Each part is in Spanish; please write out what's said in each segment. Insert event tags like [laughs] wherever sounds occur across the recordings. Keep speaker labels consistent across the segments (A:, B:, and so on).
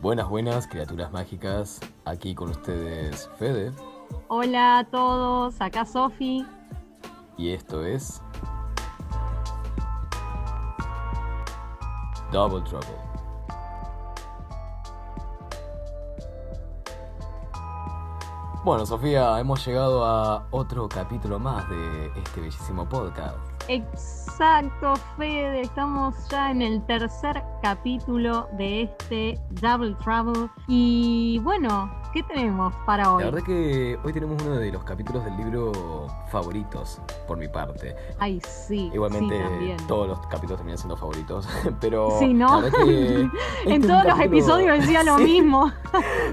A: Buenas, buenas, criaturas mágicas. Aquí con ustedes Fede.
B: Hola a todos, acá Sofi.
A: Y esto es... Double Trouble. Bueno, Sofía, hemos llegado a otro capítulo más de este bellísimo podcast.
B: Exacto, Fede, estamos ya en el tercer capítulo de este Double Trouble. Y bueno, ¿qué tenemos para hoy?
A: La verdad que hoy tenemos uno de los capítulos del libro favoritos, por mi parte.
B: Ay, sí. sí,
A: Igualmente,
B: también.
A: todos los capítulos terminan siendo favoritos, [laughs] pero...
B: Sí, ¿no?
A: la verdad que este
B: [laughs] en
A: es un
B: todos los
A: capítulo-
B: episodios decía
A: [laughs]
B: lo
A: Sí.
B: mismo.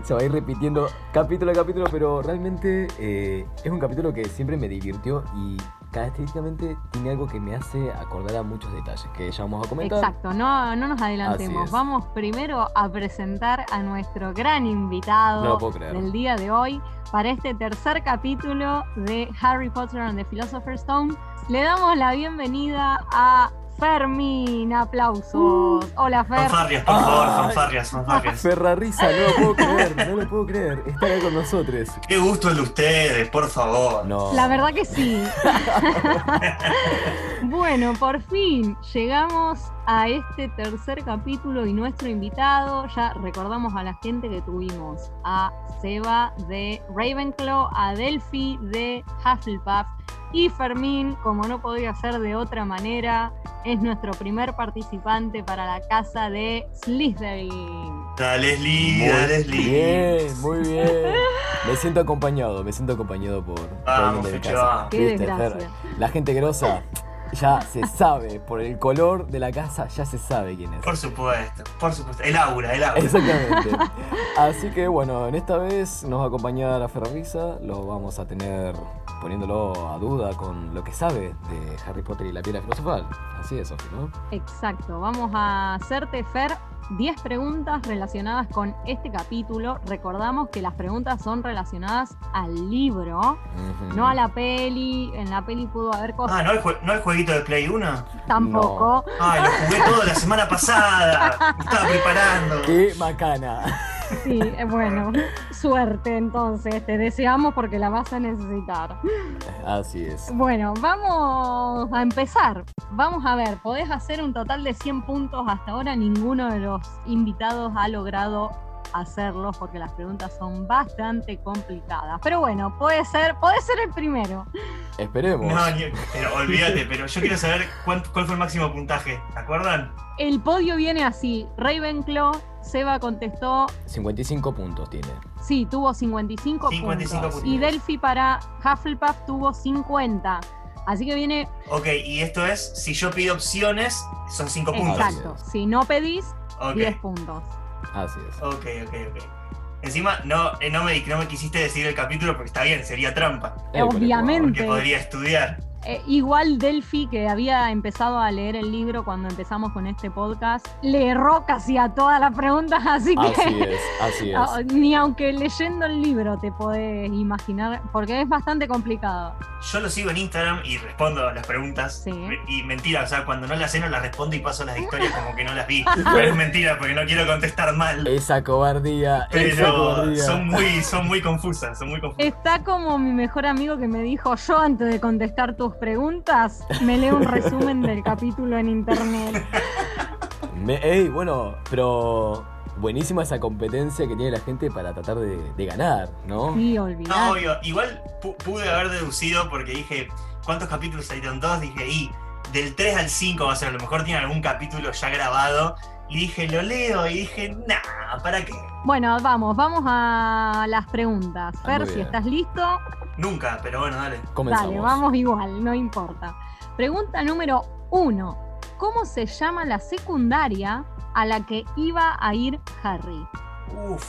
A: se va a ir repitiendo capítulo a capítulo, pero realmente eh, es un capítulo que siempre me divirtió y característicamente tiene algo que me hace acordar a muchos detalles que ya vamos a comentar.
B: Exacto, no, no nos
A: Así
B: adelantemos.
A: es.
B: Vamos primero a presentar a nuestro gran
A: No lo
B: invitado
A: puedo creer.
B: del día de hoy para este tercer capítulo de Harry Potter and the Philosopher's Stone. Le damos la bienvenida a Fermín. Aplausos. Hola, Fer.
C: Fanfarrias, por favor,
A: Ay.
C: fanfarrias,
A: Ah,
C: fanfarrias.
A: Ferrarisa, no lo puedo
B: [laughs]
A: creer, no lo puedo creer. Está acá con nosotros.
C: Qué gusto el de ustedes, por favor.
A: No.
B: La verdad que sí. [laughs] bueno, por fin llegamos a este tercer capítulo y nuestro invitado, ya recordamos a la gente que tuvimos, a Seba de Ravenclaw, a Delphi de Hufflepuff y Fermín, como no podía ser de otra manera, es nuestro primer participante para la casa de Slytherin.
C: Dale,
A: Muy
C: Leslie, dale, Leslie.
A: bien, muy bien. Me siento acompañado, me siento acompañado por por
C: Vamos,
A: alguien de mi
C: Fecha,
A: casa.
C: vamos.
B: Qué
A: Viste, Fer,
B: desgracia.
A: La gente grosa ya se sabe, por el color de la casa ya se sabe quién es.
C: Por supuesto, por supuesto. El aura, el aura.
A: Exactamente. Así que bueno, en esta vez nos va a acompañar a Ferrarisa, lo vamos a tener poniéndolo a duda con lo que sabe de Harry Potter y la piedra filosofal. Así es, Sofi, ¿no?
B: Exacto, vamos a hacerte, Fer, 10 preguntas relacionadas con este capítulo. Recordamos que las preguntas son relacionadas al libro,
A: Ujú.
B: no a la peli. En la peli pudo haber cosas
C: Ah, ¿no el, jue- ¿no el jueguito de Play 1?
B: tampoco.
C: Ay, lo jugué todo la semana pasada. Me estaba preparando.
A: ¡Qué macana!
B: Sí, eh, bueno, [laughs] suerte entonces, te deseamos porque la vas a necesitar.
A: Así es.
B: Bueno, vamos a empezar. Vamos a ver, podés hacer un total de 100 puntos. Hasta ahora ninguno de los invitados ha logrado hacerlos porque las preguntas son bastante complicadas. Pero bueno, puede ser, podés ser el primero.
A: Esperemos.
C: No, ni- pero olvídate, pero yo quiero saber cuán- cuál fue el máximo puntaje. ¿Te acuerdan?
B: El podio viene así. Ravenclaw, Seba contestó,
A: 55 puntos tiene.
B: sí, tuvo 55,
C: 55
B: puntos.
C: puntos.
B: Y Delphi para Hufflepuff tuvo 50. Así que viene
C: Ok, y esto es, si yo pido opciones, son 5 puntos.
B: exacto. Si no pedís,
C: Ok,
B: 10 puntos.
A: Así es.
C: ok, ok, ok. Encima, no, eh, no, me, no me quisiste decir el capítulo porque está bien, sería trampa.
B: Obviamente.
C: que podría estudiar.
B: Eh, igual Delphi, que había empezado a leer el libro cuando empezamos con este podcast, le erró casi a todas las preguntas, [laughs] así que
A: Así es, así es.
B: [laughs] ah, ni aunque leyendo el libro te podés imaginar, porque es bastante complicado.
C: Yo lo sigo en Instagram y respondo a las preguntas.
B: Sí.
C: Y mentira, o sea, cuando no las sé, no las respondo y paso las historias como que no las vi. Pero es mentira, porque no quiero contestar mal.
A: Esa cobardía, esa
C: Pero
A: cobardía.
C: son muy, son muy confusas, son muy confusas.
B: Está como mi mejor amigo que me dijo, yo antes de contestar tus preguntas, me leo un
A: [laughs]
B: resumen del capítulo en internet.
A: Me- ey, bueno, pero buenísima esa competencia que tiene la gente para tratar de, de ganar, ¿no?
B: Sí,
C: No,
B: olvidar.
C: obvio. Igual pu- pude haber deducido porque dije, ¿cuántos capítulos salieron? Dos, dije, y del 3 al 5 va a ser, a lo mejor tienen algún capítulo ya grabado. Y dije, lo leo, y dije, nah, ¿para qué?
B: Bueno, vamos, vamos a las preguntas.
A: Ah,
B: Fer,
A: muy
B: si
A: bien.
B: estás listo,
C: Nunca, pero bueno, dale.
A: Comenzamos.
B: Dale, vamos igual, no importa. Pregunta número uno. ¿Cómo se llama la secundaria a la que iba a ir Harry?
C: Uf.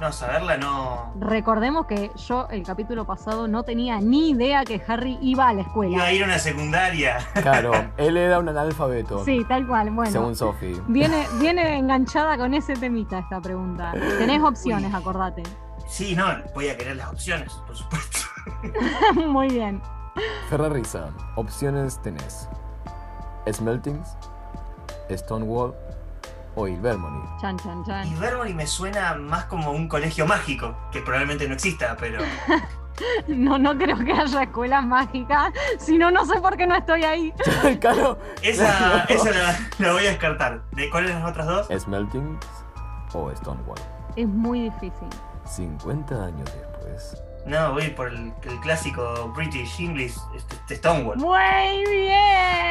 C: No, saberla no.
B: Recordemos que yo el capítulo pasado no tenía ni idea que Harry iba a la
C: Iba
B: escuela.
C: a ir a una secundaria.
A: Claro, él era un analfabeto,
B: Sí, tal cual. Bueno, Mm.
A: según Sofi.
B: viene, viene enganchada con ese temita esta pregunta. Tenés opciones, acordate. [laughs]
C: Sí, no, voy a querer las opciones, por supuesto.
B: Muy bien.
A: Ferrarisa, opciones tenés. Smeltings, Stonewall, o Ilvermony. [laughs]
B: Chan, chan,
C: Y
B: chan.
C: Vermont me suena más como un colegio mágico, que probablemente no exista, pero
B: No, no creo que haya escuelas mágicas. Si no, no sé por qué no estoy ahí.
A: claro.
C: esa, esa la, la voy a descartar. ¿De cuáles las otras dos?
A: Smelting o Stonewall.
B: Es muy difícil.
A: 50 años después.
C: No, voy por el, el clásico British English este, este Stonewall.
B: Muy bien.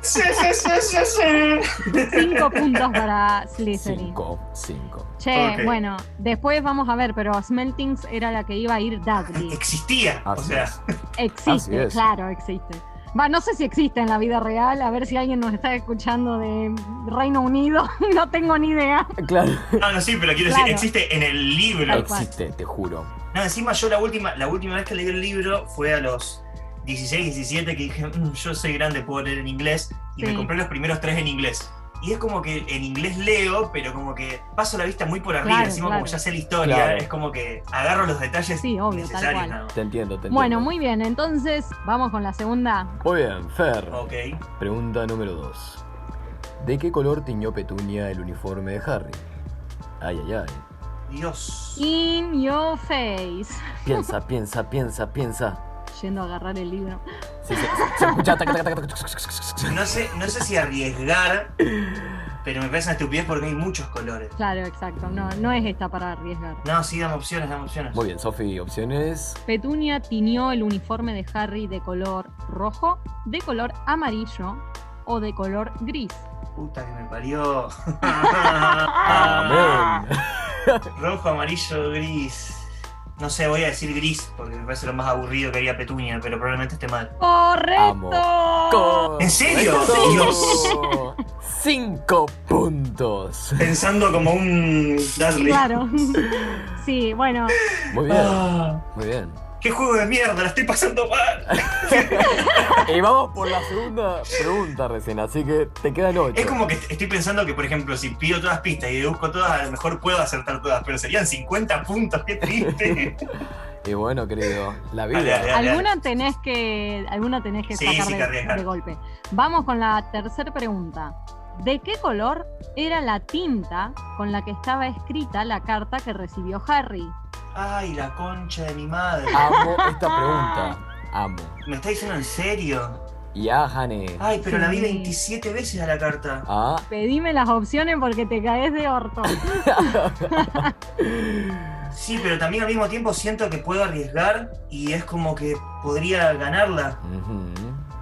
C: sí, sí, sí, sí, sí.
B: Cinco puntos para Slytherin.
A: 5, 5.
B: Che,
C: Ok.
B: bueno, después vamos a ver, pero Smeltings era la que iba a ir Dudley.
C: Existía, o
A: Así
C: sea,
A: es. Ah, Así
B: Existe,
A: es.
B: claro, existe. Va, no sé si existe en la vida real, a ver si alguien nos está escuchando de Reino Unido, [laughs] no tengo ni idea.
A: Claro.
C: [laughs] no, no, sí, pero quiero
B: Claro.
C: decir, existe en el
B: Tal
C: libro.
B: cual.
A: Existe, te juro.
C: No, encima yo la última, la última vez que leí el libro fue a los 16, 17, que dije, "Mm, yo soy grande, puedo leer en inglés, y
B: Sí.
C: me compré los primeros tres en inglés. Y es como que en inglés leo, pero como que paso la vista muy por arriba,
B: Claro,
C: encima
B: claro.
C: como ya sé la historia,
A: Claro.
C: es como que agarro los detalles
B: Sí, obvio, tal
C: necesarios.
B: cual.
A: Te entiendo, te entiendo.
B: Bueno, muy bien, entonces vamos con la segunda.
A: Muy bien, Fer.
C: nada más. Ok.
A: Pregunta número 2. ¿De qué color tiñó Petunia el uniforme de Harry? Ay, ay, ay.
C: Dios.
B: In your face.
A: Piensa, piensa, piensa, piensa.
B: Yendo a agarrar el libro.
A: Sí, se, se escucha. taca, taca, taca, taca, taca, taca, taca, taca.
C: No sé, no sé si arriesgar, pero me parece una estupidez porque hay muchos colores.
B: Claro, exacto, no, no es esta para arriesgar.
C: No, sí, dame opciones, dame opciones.
A: Muy bien, Sofi, opciones.
B: Petunia tiñó el uniforme de Harry de color rojo, de color amarillo o de color gris.
C: Puta que me parió.
A: Amén.
C: Rojo, amarillo, gris. No sé, voy a decir gris porque me parece lo más aburrido que haría Petunia, pero probablemente esté mal.
B: ¡Correcto!
A: Correcto.
C: ¿En serio? Dios.
A: Cinco puntos.
C: Pensando como un Dudley. [laughs]
B: Claro. Sí, bueno,
A: Muy bien,
C: Ah,
A: muy
C: [laughs]
A: bien.
C: ¡Qué juego de mierda! ¡La estoy pasando mal!
A: Y vamos por la segunda pregunta recién, así que te quedan ocho.
C: Es como que estoy pensando que, por ejemplo, si pido todas pistas y deduzco todas, a lo mejor puedo acertar todas, pero serían 50 puntos, qué triste.
A: Y bueno, querido, la
C: Dale, dale,
A: vida.
C: dale.
B: alguna tenés que, alguna tenés que
C: Sí,
B: sacar
C: sí,
B: de-
C: que
B: de,
C: arriesgar.
B: golpe. Vamos con la tercera pregunta. ¿De qué color era la tinta con la que estaba escrita la carta que recibió Harry?
C: Ay, la concha de mi madre.
B: Ah.
A: Amo esta pregunta. Amo.
C: ¿Me está diciendo en serio?
A: Ya, Jane.
C: Ay, pero la vi
B: Sí.
C: 27 veces a la carta.
A: Ah,
B: Pedime las opciones porque te caes de
C: [laughs]
B: orto.
C: Sí, pero también al mismo tiempo siento que puedo arriesgar y es como que podría ganarla.
A: ujú.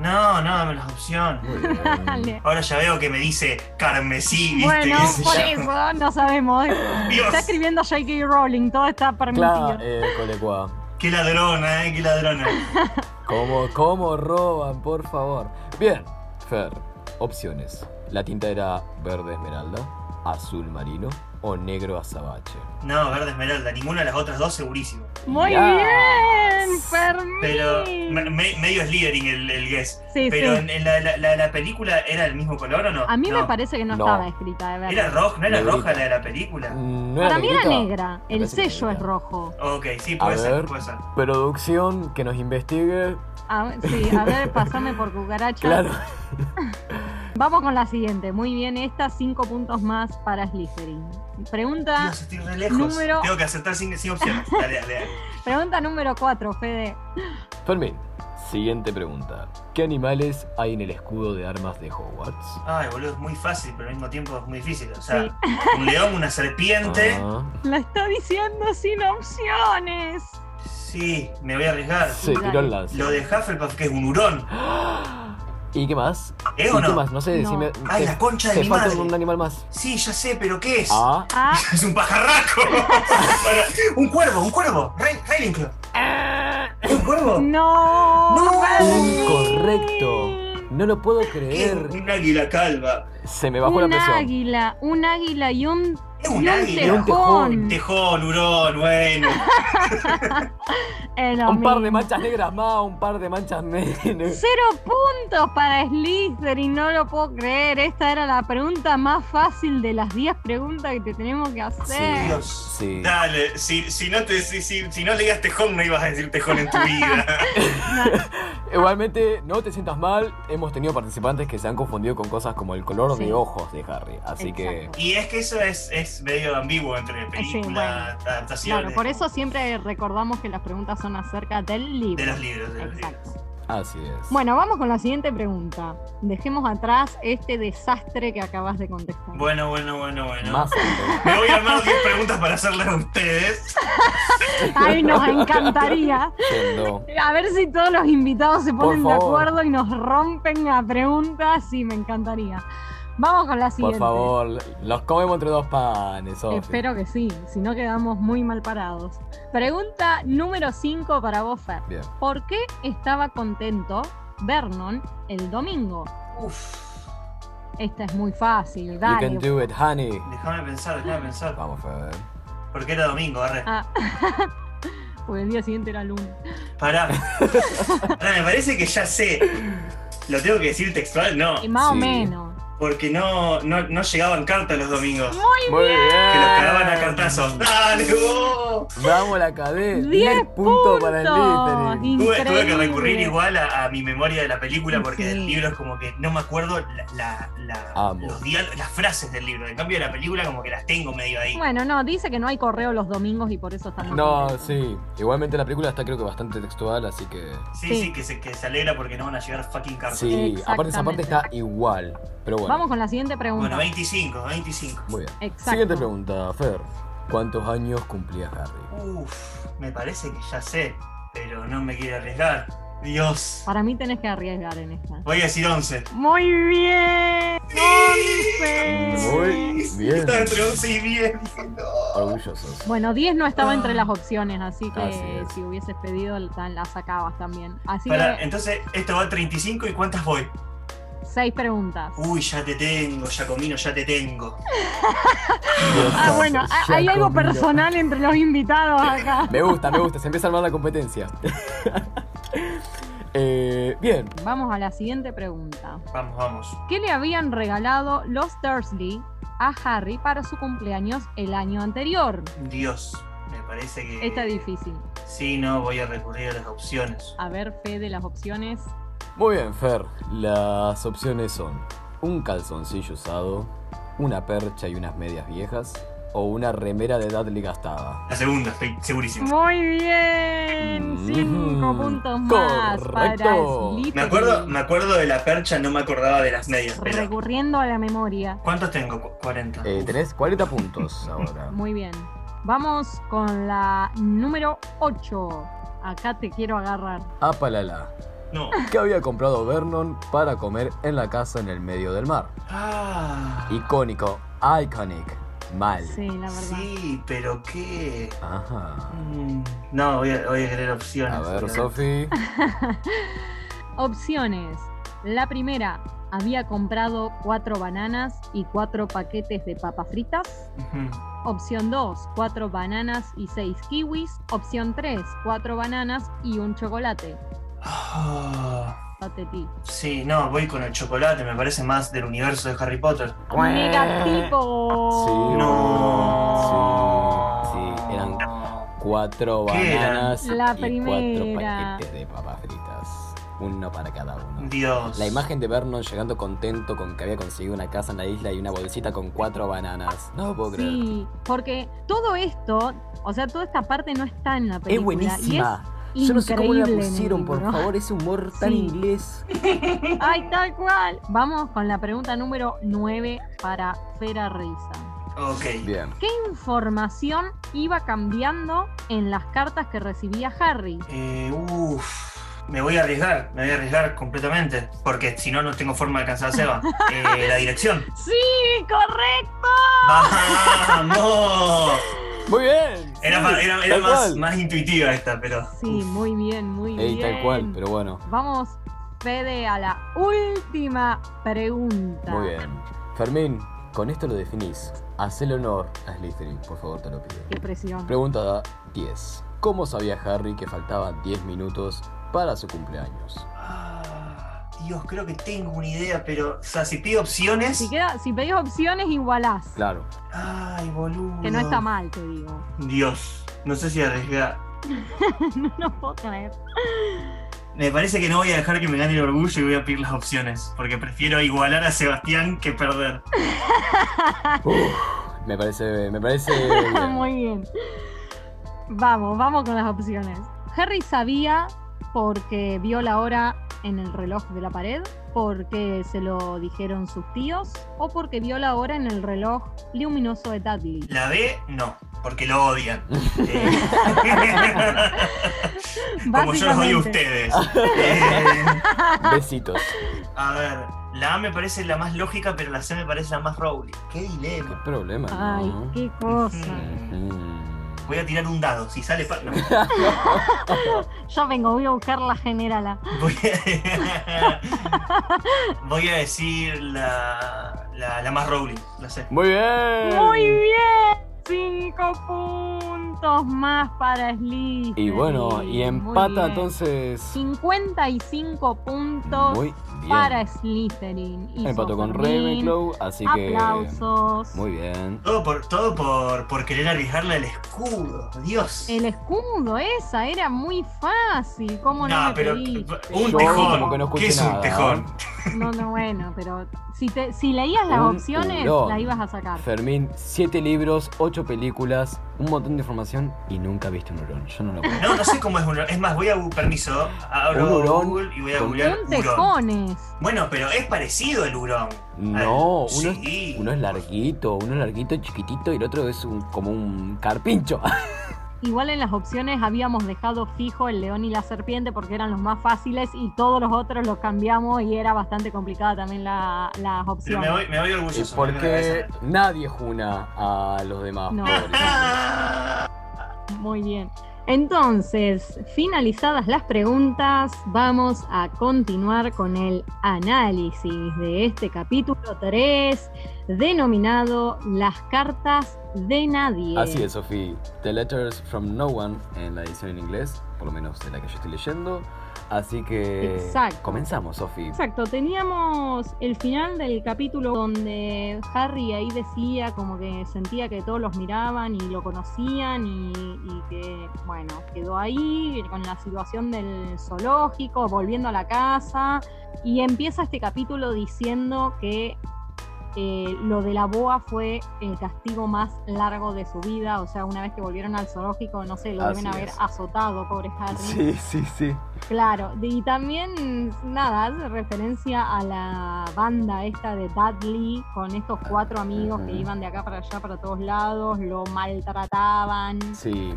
C: No, no, dame las opciones.
B: [laughs]
A: Muy bien.
B: Dale.
C: Ahora ya veo que me dice carmesí, ¿viste?
B: Bueno,
C: qué sé
B: por
C: yo.
B: eso no sabemos.
C: Dios.
B: Está escribiendo J.K. Rowling, todo está permitido.
A: Claro, eh, colecua.
C: Qué ladrona, eh, qué ladrona.
A: ¿Cómo, ¿Cómo roban, por favor? Bien, Fer, opciones. La tinta era verde esmeralda, azul marino o negro azabache.
C: No, verde esmeralda, ninguna de las otras dos segurísimo.
B: Muy
A: Ya.
B: bien, Fermín.
C: Pero me- me- medio es leading el, el guess.
B: sí,
C: Pero
B: sí.
C: en, en la, la- la- la película era el mismo color o no?
B: A mí me
C: No.
B: parece que no,
A: No.
B: estaba escrita, de verdad.
C: Era roja, no era
A: Negrita.
C: roja la de la película.
A: Mm, ¿No era
B: Para mí era
A: negrita?
B: negra,
A: Me
B: el
A: parece que
B: sello
A: negra.
B: es rojo.
C: Ok, sí,
A: A
C: puede ser,
A: ver.
C: puede ser.
A: Producción, que nos investigue.
B: A ver, sí, a ver, pasame por cucaracha.
A: Claro. [laughs]
B: Vamos con la siguiente. Muy bien, esta, cinco puntos más para Slytherin. Pregunta,
C: Dios, estoy re lejos.
B: Ah, Número-
C: Tengo que aceptar sin, sin opciones. Dale, dale, dale.
B: pregunta número cuatro, Fede.
A: Fermín, siguiente pregunta. ¿Qué animales hay en el escudo de armas de Hogwarts?
C: Ay, boludo, es muy fácil, pero al mismo tiempo es muy difícil.
B: [laughs]
C: O sea, [laughs] un león, una serpiente.
A: Ah,
B: La está diciendo sin opciones.
C: Sí, me voy a arriesgar.
A: se tiró el lance.
C: Lo de Hufflepuff, que es un hurón,
A: ¿Y qué más?
C: ¿eh
A: ¿Y
C: o
A: qué
C: no?
A: más? No sé,
B: No.
A: si me.
C: Ay,
A: te-
C: la concha de
A: te
C: mi
A: falta
C: madre.
A: un animal más.
C: Sí, ya sé, pero ¿qué es?
A: Ah,
B: Ah,
C: [laughs] Es un pajarraco. Para- un cuervo, un cuervo. Re- Ravenclaw. ¿Es un cuervo?
B: no.
C: No.
B: Fermín.
A: incorrecto. No lo puedo
C: ¿Qué es
A: creer.
C: un águila calva.
A: Se me bajó la
B: Un
A: presión.
B: águila, un águila y un
C: Es un
B: Y un
C: águila.
A: Y un
B: tejón.
C: Tejón, hurón, bueno.
B: Es lo
A: Un par de
B: mismo.
A: manchas negras más, un par de manchas
C: [laughs]
A: negras.
B: Cero puntos para Slytherin, no lo puedo creer. Esta era la pregunta más fácil de las 10 preguntas que te tenemos que hacer.
C: Dios.
A: Sí.
C: Dale, si, si no te, si, si, si no leías tejón, no ibas a decir
B: [laughs]
C: tejón en tu vida.
A: Igualmente, no te sientas mal, hemos tenido participantes que se han confundido con cosas como el color
B: Sí.
A: de ojos de Harry. Así que
B: Exacto.
C: Y es que eso es, es medio ambiguo entre películas,
B: bueno.
C: adaptaciones.
B: Claro, por eso siempre recordamos que las preguntas son acerca del libro.
C: De los libros, de los libros.
B: Exacto.
A: así es.
B: Bueno, vamos con la siguiente pregunta. Dejemos atrás este desastre que acabas de contestar.
C: Bueno, bueno, bueno, bueno.
A: más alto.
C: Me voy a armar 10 preguntas para hacerles a ustedes.
B: Ay, nos encantaría. [laughs]
A: Yendo.
B: A ver si todos los invitados se
A: Por
B: ponen de
A: favor.
B: acuerdo y nos rompen a preguntas. Sí, me encantaría. Vamos con la siguiente.
A: Por favor, los comemos entre dos panes. Sofi.
B: Espero que sí, si no quedamos muy mal parados. Pregunta número 5 para vos, Fer.
A: Bien.
B: ¿Por qué estaba contento Vernon el domingo?
C: Uf,
B: Esta es muy fácil,
A: You can
B: dale.
A: do it, honey.
C: déjame pensar, déjame pensar.
A: Vamos, Fer.
C: Porque era domingo, arre.
B: Ah, porque el día siguiente era lunes. [laughs]
C: Pará. Pará, me parece que ya sé. ¿Lo tengo que decir textual? No.
B: Y Eh, más o
A: Sí.
B: menos.
C: Porque no, no, no llegaban cartas los domingos.
A: Muy bien.
C: Que los cagaban a cartazos. ¡Dale, vos!
A: Vamos la cadena.
B: 10
A: 10 puntos Eh, para el Slytherin.
C: Tuve, tuve que
B: Increíble.
C: recurrir igual a, a mi memoria de la película porque
B: Sí.
C: del libro es como que no me acuerdo la- la- la-
A: Amo.
C: los diálogos, las frases del libro. En cambio, de la película como que las tengo medio ahí.
B: Bueno, no, dice que no hay correo los domingos y por eso está más
A: No,
B: contento.
A: sí. Igualmente la película está creo que bastante textual, así que...
C: sí,
B: sí.
C: sí, que, se, que se alegra porque no van a llegar fucking cartas.
A: Sí, aparte esa parte
B: Exactamente.
A: está igual. Pero bueno.
B: Vamos con la siguiente pregunta.
C: Bueno, 25, 25.
A: Muy bien.
B: Exacto.
A: Siguiente pregunta, Fer. ¿Cuántos años cumplía Harry?
C: Uf, me parece que ya sé, pero no me quiero arriesgar. Dios.
B: Para mí tenés que arriesgar en esta.
C: Voy a decir 11.
B: Muy bien.
A: Muy bien.
C: Estaba entre 11 y 10. Dije, no.
A: Orgullosos.
B: Bueno, 10 no estaba entre las opciones, así que
A: Así es.
B: si hubieses pedido la la sacabas también. Así
C: Pará,
B: que
C: entonces esto va a 35 y ¿cuántas voy?
B: 6 preguntas.
C: Uy, ya te tengo, Jacomino, ya te tengo.
B: Ah, bueno, ah, hay algo
A: Jacobino.
B: personal entre los invitados acá.
A: Me gusta, me gusta. Se empieza a armar la
B: [laughs]
A: competencia. Eh, bien.
B: Vamos a la siguiente pregunta.
C: Vamos, vamos.
B: ¿Qué le habían regalado los Dursley a Harry para su cumpleaños el año anterior?
C: Dios, me parece que.
B: Esta es difícil.
C: Sí, no, voy a recurrir a las opciones.
B: A ver, fe de las opciones.
A: Muy bien, Fer. Las opciones son un calzoncillo usado, una percha y unas medias viejas, o una remera de Dudley gastada.
C: La segunda, estoy segurísimo.
B: Muy bien.
A: Mm,
B: Cinco puntos más
A: correcto.
B: para Slytherin.
C: Me acuerdo, me acuerdo de la percha, no me acordaba de las medias. pero-
B: Recurriendo a la memoria.
C: ¿Cuántos tengo? Cu- 40.
A: Eh, tenés 40
B: [laughs]
A: puntos ahora.
B: Muy bien. Vamos con la número 8. Acá te quiero agarrar.
A: Apalala.
B: [laughs]
C: No.
A: ¿Qué había comprado Vernon para comer en la casa en el medio del mar?
C: Ah.
A: Icónico, iconic, mal.
B: Sí, la verdad.
C: Sí, pero qué.
A: Ajá.
C: Mm, No, voy a, voy a querer opciones.
A: A ver,
C: obviamente.
A: Sofi.
B: Opciones. La primera, había comprado cuatro bananas y cuatro paquetes de papas fritas.
C: Ujú.
B: Opción 2, cuatro bananas y seis kiwis. Opción 3, cuatro bananas y un chocolate.
C: Ah,
B: Patetí.
C: Sí, no, voy con el chocolate, me parece más del universo de Harry Potter.
A: Sí,
B: Negativo.
A: boludo.
C: No.
A: Uh, Sí, sí, eran Cuatro
C: ¿Qué eran?
A: bananas
B: La
A: y cuatro
B: primera.
A: paquetes de papas fritas. Uno para cada uno.
C: Dios.
A: La imagen de Vernon llegando contento con que había conseguido una casa en la isla y una bolsita con cuatro bananas. No lo puedo creer.
B: Sí, porque todo esto, o sea, toda esta parte no está en la película.
A: es buenísima.
B: Y es
A: Yo no sé cómo la
B: increíble en el
A: pusieron, por
B: libro.
A: favor. Ese humor tan
B: Sí.
A: inglés.
B: Ay, tal cual. Vamos con la pregunta número 9 para Fera Reisa.
C: Ok.
A: Bien.
B: ¿Qué información iba cambiando en las cartas que recibía Harry?
C: Eh, uf. Me voy a arriesgar, me voy a arriesgar completamente. Porque si no, no tengo forma de alcanzar
B: [laughs]
C: a Seba. Eh, la dirección.
B: Sí, correcto.
C: ¡Vamos!
A: Muy bien.
C: Era,
A: sí,
C: pa- era- era
A: tal
C: más,
A: cual.
C: más intuitiva esta, pero.
B: Sí, muy bien, muy
A: Ey,
B: bien.
A: tal cual, pero bueno.
B: Vamos, Fede, a la última pregunta.
A: Muy bien. Fermín, Con esto lo definís. Haz el honor a Slytherin, por favor, te lo pido.
B: Qué presión.
A: Pregunta 10. ¿Cómo sabía Harry que faltaban 10 minutos para su cumpleaños?
C: Ah, Dios, creo que tengo una idea, pero. O sea, si pido opciones.
B: Si, queda, si pedís opciones, igualás. [laughs]
A: Claro.
C: Ay, boludo.
B: Que no está mal, te digo. [laughs]
C: Dios. No sé si arriesgar.
B: No lo puedo creer.
C: Me parece que no voy a dejar que me gane el orgullo y voy a pedir las opciones, porque prefiero igualar a Sebastián que perder.
A: Uf, me parece. Me
B: [laughs]
A: parece.
B: Ah,
A: bien.
B: Muy bien. Vamos, vamos con las opciones. Harry sabía porque vio la hora en el reloj de la pared, porque se lo dijeron sus tíos o porque vio la hora en el reloj luminoso de Dudley.
C: La B, no, porque
A: [laughs]
C: lo odian. Eh, [laughs] como yo los odio a ustedes. Eh,
A: Besitos.
C: a ver, la A me parece la más lógica, pero la C me parece la más Rowling. Qué
A: Qué
C: dilema.
A: problema,
B: Ay,
A: ¿no?
B: qué cosa.
A: Ujú.
C: Voy a tirar un dado, si sale. pa- no.
B: Yo vengo, voy a buscar la generala.
C: Voy a, [laughs] Voy a decir la, la, la más Rowling, la C.
A: Muy bien.
B: Muy bien, cinco puntos más para Slytherin.
A: Y bueno, y
B: Muy
A: empata
B: bien.
A: entonces.
B: 55 puntos
A: Muy bien.
B: para Slytherin. Hizo
A: Empató con
B: Fermín.
A: Ravenclaw, así que.
B: Aplausos.
A: Muy bien.
C: Todo por, todo por, por querer arriesgarle el escudo, Dios.
B: El escudo, esa era muy fácil. ¿Cómo no?
C: No,
B: me
C: pero
B: pediste?
C: un
A: Yo como que
C: tejón.
A: no escuché
C: ¿Qué es
A: nada. ¿eh?
C: un tejón?
B: No, no, bueno, pero si, te, si leías las
A: Un
B: opciones,
A: hurón.
B: la ibas a sacar.
A: Fermín, siete libros, ocho películas, un montón de información y nunca viste un hurón. Yo no lo
B: [laughs]
A: puedo.
C: No, no sé cómo es un hurón. Es más, voy a bu- permiso, abro
A: Un hurón
C: Google y voy a
A: con-
C: googlear
B: Un
C: hurón.
B: tejones.
C: Bueno, pero es parecido el hurón.
A: No, uno,
C: Sí.
A: es, uno es larguito, uno es larguito, chiquitito y el otro es un- como un carpincho.
B: Igual en las opciones habíamos dejado fijo el león y la serpiente porque eran los más fáciles y todos los otros los cambiamos y era bastante complicada también la, las
C: Pero me
B: opciones.
C: voy, me voy
A: Y
C: orgulloso. me voy
A: [laughs] porque
C: a la cabeza.
A: nadie juna a los demás.
B: No.
A: pobres.
C: Ah,
B: Muy bien. Entonces, finalizadas las preguntas, vamos a continuar con el análisis de este capítulo 3, denominado Las cartas de nadie.
A: Así es, Sofi. The Letters from No One en la edición en inglés, por lo menos de la que yo estoy leyendo. Así que
B: Exacto.
A: comenzamos, Sofi.
B: Exacto, teníamos el final del capítulo donde Harry ahí decía como que sentía que todos los miraban y lo conocían y, y que, bueno, quedó ahí con la situación del zoológico, volviendo a la casa y empieza este capítulo diciendo que eh, lo de la boa fue el castigo más largo de su vida, o sea, una vez que volvieron al zoológico, no sé, lo
A: Así
B: deben haber
A: es.
B: azotado, pobre Harry.
A: Sí, sí, sí.
B: Claro, y también, nada, hace referencia a la banda esta de Dudley, con estos cuatro amigos que
A: Ujú.
B: iban de acá para allá, para todos lados, lo maltrataban.
A: Sí.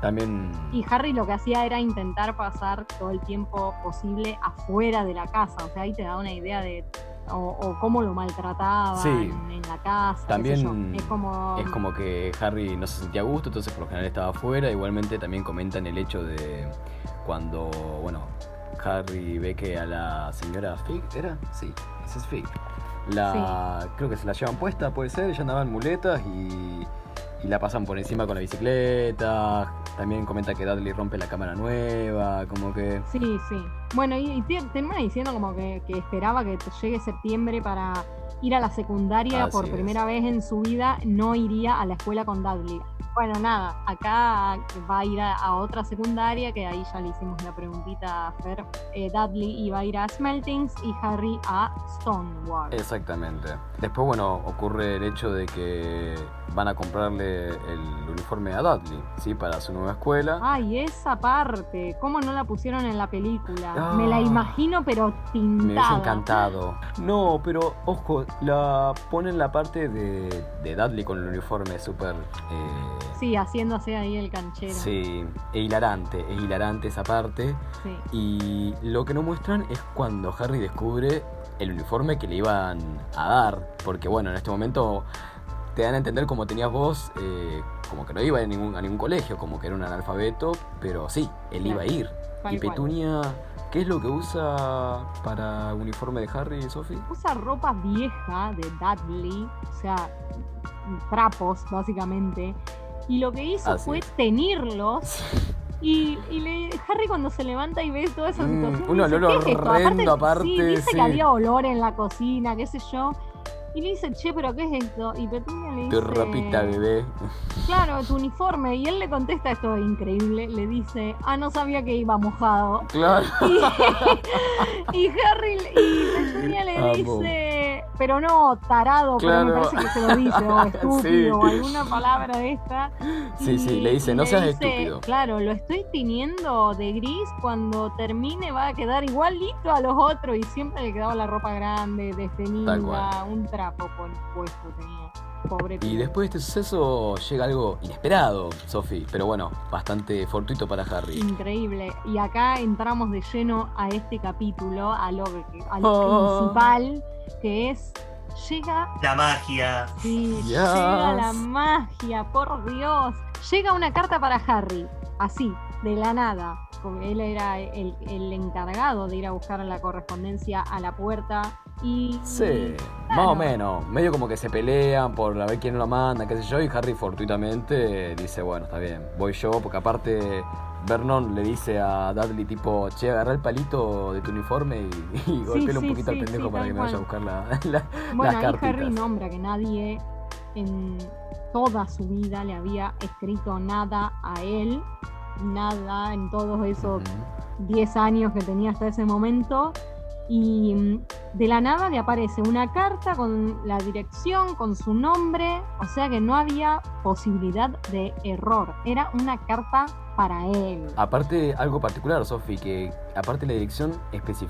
A: También.
B: Y Harry lo que hacía era intentar pasar todo el tiempo posible afuera de la casa, o sea, ahí te da una idea de... O, o cómo lo maltrataban
A: Sí.
B: en la casa. qué sé
A: También
B: yo. es como...
A: Es como que Harry no se sentía a gusto, entonces por lo general estaba afuera. Igualmente también comentan el hecho de cuando, bueno, Harry ve que a la señora Fig, ¿era? Sí, Mrs. Fig. La, Creo que se la llevan puesta, puede ser, ella andaba en muletas y, y la pasan por encima con la bicicleta. También comenta que Dudley rompe la cámara nueva, como que...
B: Sí, sí. Bueno, y, y te- termina diciendo como que, que esperaba que te llegue septiembre para ir a la secundaria
A: Así
B: por
A: es.
B: primera vez en su vida, no iría a la escuela con Dudley. Bueno, nada, acá va a ir a, a otra secundaria, que ahí ya le hicimos la preguntita a Fer. Eh, Dudley iba a ir a Smeltings y Harry a Stonewall.
A: Exactamente. Después, bueno, ocurre el hecho de que van a comprarle el uniforme a Dudley, ¿sí? Para su nueva escuela.
B: Ay, esa parte, ¿cómo no la pusieron en la película?
A: Ah.
B: Me la imagino, pero
A: Me hubiese
B: tintada.
A: encantado. No, pero ojo, la ponen la parte de, de Dudley con el uniforme súper. eh,
B: Sí, haciéndose ahí el canchero.
A: sí, es hilarante, es hilarante esa parte.
B: sí.
A: Y lo que no muestran es cuando Harry descubre el uniforme que le iban a dar. Porque bueno, en este momento te dan a entender como tenías vos, eh, como que no iba a ningún, a ningún colegio, como que era un analfabeto, pero sí, él iba a ir.
B: Tal
A: y
B: cual.
A: Petunia, ¿qué es lo que usa para uniforme de Harry y Sophie?
B: Usa ropa vieja de Dudley, o sea, trapos, básicamente. Y lo que hizo
A: Así
B: fue
A: es.
B: teñirlos. Y, y le- Harry cuando se levanta y ve toda esa
A: Mm,
B: situación.
A: un
B: dice,
A: olor
B: "¿Qué es esto?".
A: horrendo,
B: Sí,
A: aparte,
B: dice
A: sí.
B: que había olor en la cocina, qué sé yo. Y le dice, che, pero ¿qué es esto? Y Petunia le
A: Tu
B: dice.
A: rapita, bebé.
B: Claro, tu uniforme. Y él le contesta esto es increíble. Le dice, ah, no sabía que iba mojado.
A: Claro.
B: [laughs] Y, y Harry le- y Petunia le
A: Amo.
B: dice, pero no, tarado, pero me
A: Claro.
B: parece que se lo dice, o estúpido,
A: [laughs] Sí.
B: o alguna palabra de esta.
A: Sí, sí,
B: Y-
A: le dice,
B: y
A: no
B: le
A: seas
B: dice,
A: estúpido.
B: Claro, lo estoy tiñendo de gris, cuando termine va a quedar igualito a los otros, y siempre le quedaba la ropa grande, desteñida,
A: cual.
B: un trapo por puesto tenía. Pobre
A: Y
B: pibe.
A: después de este suceso llega algo inesperado, Sophie, pero bueno, bastante fortuito para Harry.
B: Increíble. Y acá entramos de lleno a este capítulo, a lo que- al
A: Oh.
B: principal, que es llega,
C: La magia.
B: sí,
A: Yes.
B: llega la magia, por Dios. Llega una carta para Harry, así, de la nada. Como Él era el, el encargado de ir a buscar la correspondencia a la puerta. Y
A: Sí, más o menos. Medio como que se pelean por a ver quién lo manda, qué sé yo, y Harry fortuitamente dice, bueno, está bien, voy yo, porque aparte Vernon le dice a Dudley tipo, che, agarra el palito de tu uniforme y, y golpéale
B: sí,
A: un poquito
B: sí,
A: al pendejo
B: sí,
A: para
B: tal
A: que me vaya a
B: cual.
A: buscar la... [laughs] la-
B: Bueno, ahí
A: cartitas.
B: Harry nombra que nadie en toda su vida le había escrito nada a él, nada en todos esos
A: Ujú.
B: 10 años que tenía hasta ese momento. Y mm, de la nada le aparece una carta con la dirección, con su nombre, o sea que no había posibilidad de error, era una carta para él.
A: Aparte, algo particular, Sofi, que aparte la dirección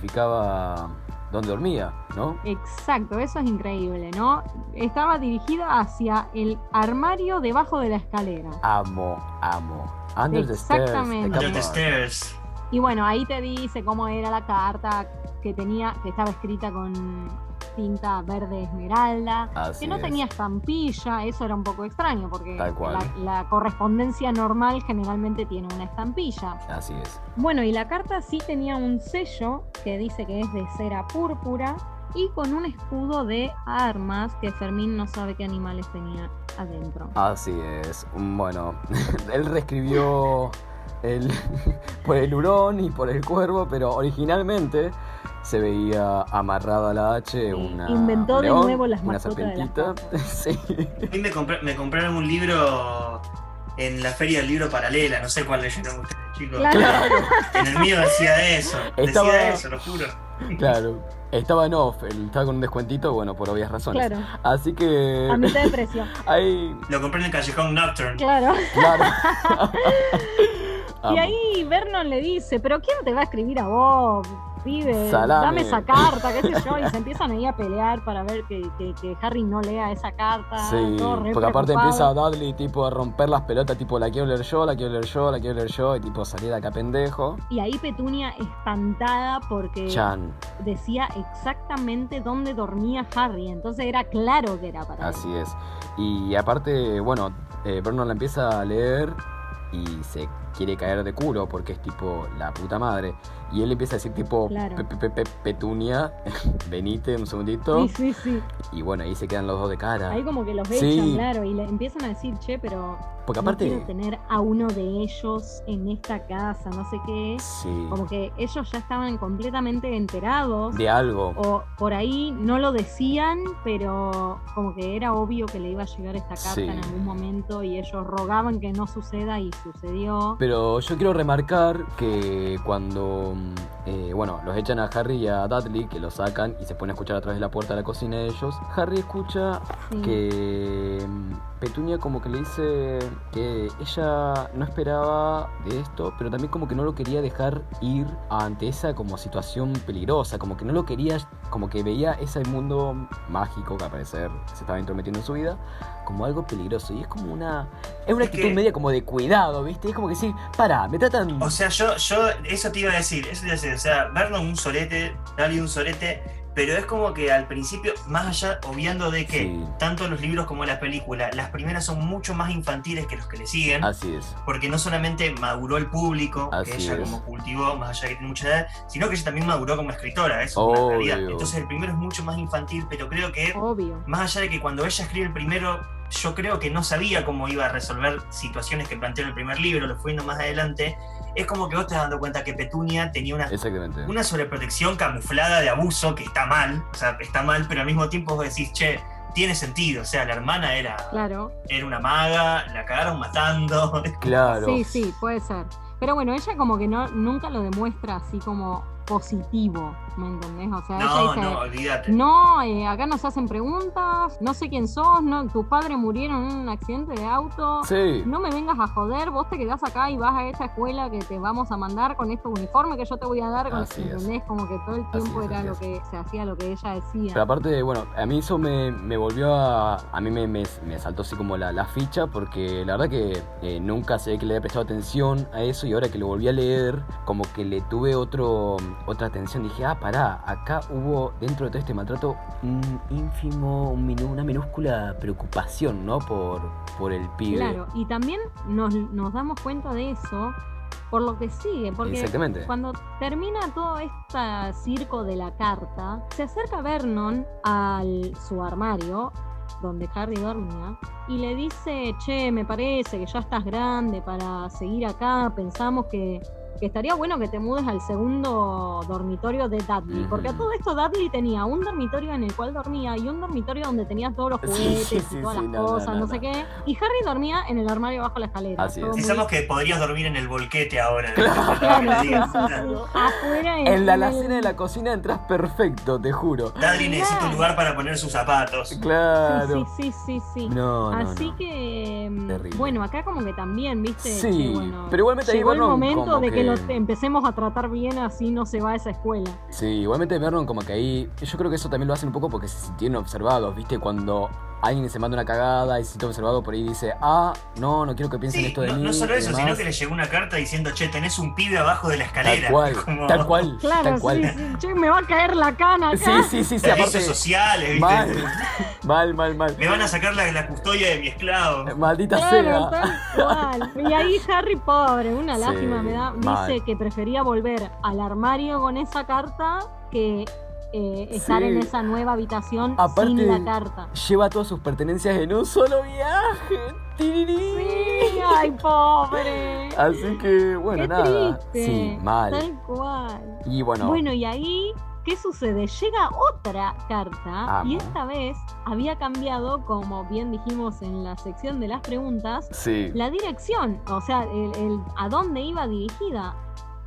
A: especificaba dónde dormía, ¿no?
B: Exacto, eso es increíble, ¿no? Estaba dirigida hacia el armario debajo de la escalera.
A: Amo, amo. Under the stairs.
B: Exactamente.
A: the
C: Under the
A: cupboard.
C: stairs.
B: Y bueno, ahí te dice cómo era la carta que tenía, que estaba escrita con tinta verde esmeralda,
A: Así
B: que no
A: es.
B: tenía estampilla, eso era un poco extraño porque
A: Tal cual.
B: La, la correspondencia normal generalmente tiene una estampilla.
A: Así es.
B: Bueno, y la carta sí tenía un sello que dice que es de cera púrpura y con un escudo de armas que Fermín no sabe qué animales tenía adentro.
A: Así es. Bueno, [laughs] él reescribió el, [laughs] por el hurón y por el cuervo, pero originalmente se veía amarrada a la H una.
B: Inventó
A: un
B: de
A: león,
B: nuevo las
A: Una
B: mascotas de las
A: serpentita. [laughs]
B: casas.
A: sí.
C: A mí me, compré- me compraron un libro en la feria del libro paralela, no sé cuál leyeron ustedes, chicos.
B: Claro.
C: En el mío decía eso,
A: Estaba-
C: decía eso, lo juro.
A: Claro. Estaba en off, él estaba con un descuentito, bueno, por obvias razones.
B: Claro,
A: Así que.
B: a mitad de precio.
A: [laughs] Ahí.
C: Lo compré en el callejón Nocturne.
B: Claro. [laughs]
A: Claro.
B: Y
A: Amo.
B: ahí Vernon le dice, pero ¿quién te va a escribir a vos, pibe?
A: Salame".
B: Dame esa carta, qué sé yo, y se empiezan ahí a pelear para ver que, que- que Harry no lea esa carta.
A: Sí,
B: todo re
A: porque aparte empieza
B: preocupado.
A: Dudley tipo a romper las pelotas, tipo la quiero leer yo, la quiero leer yo, la quiero leer yo, y tipo salir acá pendejo.
B: Y ahí Petunia espantada porque
A: Chan,
B: decía exactamente dónde dormía Harry, entonces era claro que era para él.
A: así es. Y aparte, bueno, eh, Vernon la empieza a leer y se quiere caer de culo porque es tipo la puta madre. Y él empieza a decir tipo
B: Claro.
A: "Pe- pe- pe- Petunia, [laughs] venite un segundito.
B: Sí, sí, sí.
A: Y bueno, ahí se quedan los dos de cara.
B: Ahí como que los echan,
A: Sí.
B: claro, y le empiezan a decir, che, pero
A: Porque
B: no
A: aparte...
B: quiero tener a uno de ellos en esta casa, no sé qué.
A: Sí,
B: como que ellos ya estaban completamente enterados
A: de algo.
B: o por ahí no lo decían, pero como que era obvio que le iba a llegar esta carta
A: Sí.
B: en algún momento y ellos rogaban que no suceda y sucedió.
A: Pero yo quiero remarcar que cuando, mm, eh, bueno, los echan a Harry y a Dudley, que los sacan y se ponen a escuchar a través de la puerta de la cocina de ellos, Harry escucha
B: Sí.
A: que mm, Petunia como que le dice que ella no esperaba de esto, pero también como que no lo quería dejar ir ante esa como situación peligrosa, como que no lo quería, como que veía ese mundo mágico que al parecer se estaba intrometiendo en su vida como algo peligroso y es como una es una
C: Es
A: actitud
C: que-
A: media como de cuidado, ¿viste? Es como que sí, para, me tratan
C: O sea, yo, yo, eso te iba a decir, eso te iba a decir, o sea, Vernon un solete, Dali un solete, pero es como que al principio, más allá, obviando de que
A: Sí.
C: tanto los libros como las películas, las primeras son mucho más infantiles que los que le siguen,
A: Así es.
C: porque no solamente maduró el público, que
A: Así
C: ella
A: es.
C: como cultivó, más allá de que tiene mucha edad, sino que ella también maduró como escritora, eso es
A: Obvio.
C: una realidad. Entonces el primero es mucho más infantil, pero creo que
B: Obvio.
C: más allá de que cuando ella escribe el primero, yo creo que no sabía cómo iba a resolver situaciones que planteó en el primer libro, lo fue viendo más adelante, es como que vos te vas dando cuenta que Petunia tenía
A: Este.
C: una,
A: Exactamente.
C: una sobreprotección camuflada de abuso que está mal, o sea, está mal, pero al mismo tiempo vos decís, che, tiene sentido, o sea, la hermana era,
B: Claro.
C: era una maga, la
B: [laughs]
C: cagaron matando,
A: Claro.
B: Sí, sí, puede ser. Pero bueno, ella como que no, nunca lo demuestra así como positivo, ¿me entendés? O sea,
C: no,
B: ella dice,
C: no, eh. olvídate.
B: No, eh, acá nos hacen preguntas, no sé quién sos, no, tus padres murieron en un accidente de auto.
A: Sí.
B: No me vengas a joder, vos te quedás acá y vas a esta escuela que te vamos a mandar con este uniforme que yo te voy a dar, con,
A: Así es.
B: ¿entendés? Como que todo el tiempo
A: es,
B: era
A: así
B: lo
A: es.
B: que se hacía, lo que ella decía.
A: Pero aparte, bueno, a mí eso me, me volvió a... A mí me, me- me saltó así como la, la ficha porque la verdad que eh, nunca sé que le había prestado atención a eso y ahora que lo volví a leer, como que le tuve otro, otra atención. Dije, ah, pará, acá hubo dentro de todo este maltrato un ínfimo, un minu- una minúscula preocupación, ¿no? Por, por el pibe.
B: Claro, y también nos, nos damos cuenta de eso por lo que sigue, porque
A: Exactamente.
B: Cuando termina todo este circo de la carta, se acerca Vernon al su armario donde Harry dormía y le dice, che, me parece que ya estás grande para seguir acá, pensamos que, que estaría bueno que te mudes al segundo dormitorio de Dudley,
A: Ujú.
B: porque a todo esto Dudley tenía un dormitorio en el cual dormía y un dormitorio donde tenía todos los
A: Sí,
B: juguetes
A: sí, sí,
B: y todas
A: sí,
B: las
A: no, no,
B: cosas, no,
A: no,
B: sé
A: no.
B: qué, y Harry dormía en el armario bajo la escalera.
A: Así
B: todo
A: es.
B: muy-
C: Pensamos que podrías dormir en el volquete
B: [laughs]
C: ahora.
B: Claro, sí, sí, sí. Afuera
A: En la
B: en el-
A: alacena de la cocina entras perfecto, te juro.
C: Dadri necesita un
B: Mirá.
C: lugar para poner sus zapatos.
A: Claro.
B: Sí, sí, sí, sí. sí.
A: No, no,
B: Así
A: no.
B: que, mm,
A: Terrible.
B: bueno, acá como que también, viste.
A: Sí,
B: Que, bueno,
A: pero igualmente ahí
B: llegó el
A: Vernon
B: momento
A: como
B: de que,
A: que-
B: los empecemos a tratar bien así no se va a esa escuela.
A: Sí, igualmente Vernon como que ahí, yo creo que eso también lo hacen un poco porque se sintieron observados, ¿viste? Cuando alguien se manda una cagada y se siente observado por ahí dice, ah, no, no quiero que piensen
C: Sí,
A: esto de
C: no,
A: mí.
C: no solo
A: y
C: eso,
A: demás.
C: sino que le llegó una carta diciendo, che, tenés un pibe abajo de la escalera.
A: Tal cual,
C: [laughs] Como-
A: tal cual,
B: [laughs] Claro,
A: tal
B: sí,
A: cual.
B: sí. Che, me va a caer la cana
A: Sí,
B: acá.
A: sí, sí, sí,
C: Servicios
A: aparte.
C: sociales, ¿viste?
A: Mal, mal, mal, mal.
C: Me van a sacar la, la custodia de mi esclavo.
A: Eh, Maldita sea.
B: Claro, tal cual. Y ahí Harry, pobre, una
A: Sí,
B: lástima me da. Dice
A: mal.
B: que prefería volver al armario con esa carta que eh, estar
A: Sí.
B: en esa nueva habitación
A: Aparte-
B: sin la carta.
A: Lleva todas sus pertenencias en un solo viaje. Tirirí.
B: Sí, ay, pobre.
A: Así que, Ah, bueno,
B: Qué
A: nada.
B: triste.
A: Sí, mal.
B: Tal cual.
A: Y bueno,
B: Bueno, y ahí, ¿qué sucede? Llega otra carta y
A: Amo.
B: esta vez había cambiado, como bien dijimos en la sección de las preguntas,
A: sí.
B: la dirección, o sea, el, el- a dónde iba dirigida.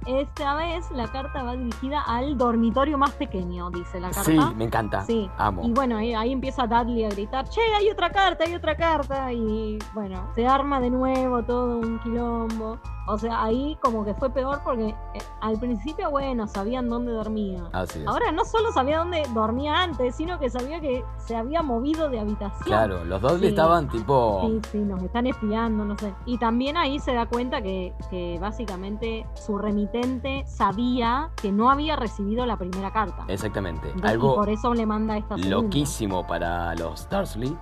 B: Esta vez la carta va dirigida al dormitorio más pequeño, dice la carta.
A: Sí, me encanta.
B: Sí.
A: Amo.
B: Y bueno, ahí, ahí empieza Dudley a gritar, che, hay otra carta, hay otra carta. Y bueno, se arma de nuevo todo un quilombo. O sea, ahí como que fue peor porque eh, al principio, bueno, sabían dónde dormía.
A: Así es.
B: Ahora no solo sabía dónde dormía antes, sino que sabía que se había movido de habitación.
A: Claro, los dos
B: Sí.
A: le estaban tipo.
B: Sí, sí, nos están espiando, no sé. Y también ahí se da cuenta que, que básicamente su remitente sabía que no había recibido la primera carta.
A: Exactamente.
B: Y
A: Algo
B: por eso le manda esta segunda.
A: loquísimo para los Dursley.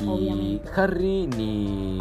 A: Y
B: Obviamente.
A: Harry, ni,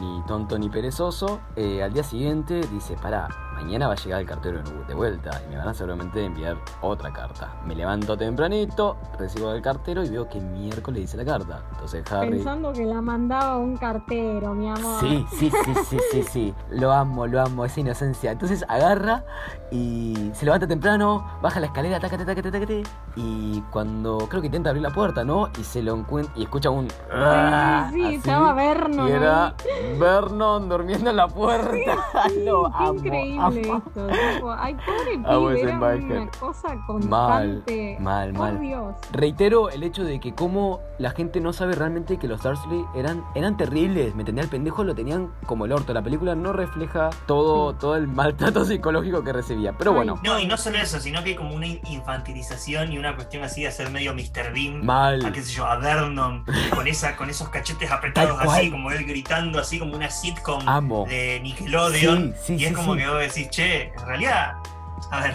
A: ni tonto ni perezoso, eh, al día siguiente dice: Pará, mañana va a llegar el cartero de nu- de vuelta y me van a seguramente enviar otra carta. Me levanto tempranito, recibo al cartero y veo que miércoles dice la carta. Entonces Harry.
B: Pensando que la mandaba un cartero, mi amor.
A: Sí, sí, sí, sí, sí, sí. Lo amo, lo amo, esa inocencia. Entonces agarra y se levanta temprano, baja la escalera, tácate, tácate, tácate. Y cuando creo que intenta abrir la puerta, ¿no? Y se lo encuentra y escucha un. "Ah",
B: Sí, sí,
A: así.
B: estaba Vernon.
A: Y era
B: ahí.
A: Vernon durmiendo en la puerta. [laughs] lo
B: Qué
A: amo,
B: increíble
A: amo.
B: esto. tipo, ay, pobre
A: Amo
B: pibe,
A: esa
B: era
A: imagen.
B: una cosa
A: Mal,
B: constante.
A: mal,
B: Por
A: mal.
B: Dios.
A: Reitero el hecho de que como la gente no sabe realmente que los Dursley eran, eran terribles, me tenía el pendejo, lo tenían como el orto. La película no refleja todo,
B: Sí.
A: todo el maltrato [laughs] psicológico que recibía. Pero
B: Ay.
A: bueno,
C: No, y no solo eso, sino que hay como una infantilización y una cuestión así de hacer medio Mr. Bean. A qué
A: mal.
C: sé yo, a
A: [laughs]
C: Vernon, con, esa, con esos cachetes apretados
A: Tal cual.
C: así, como él gritando así como una sitcom
A: Amo.
C: de Nickelodeon.
A: Sí, sí,
C: y es
A: sí,
C: como
A: sí.
C: que vos decís, che, en realidad, a ver,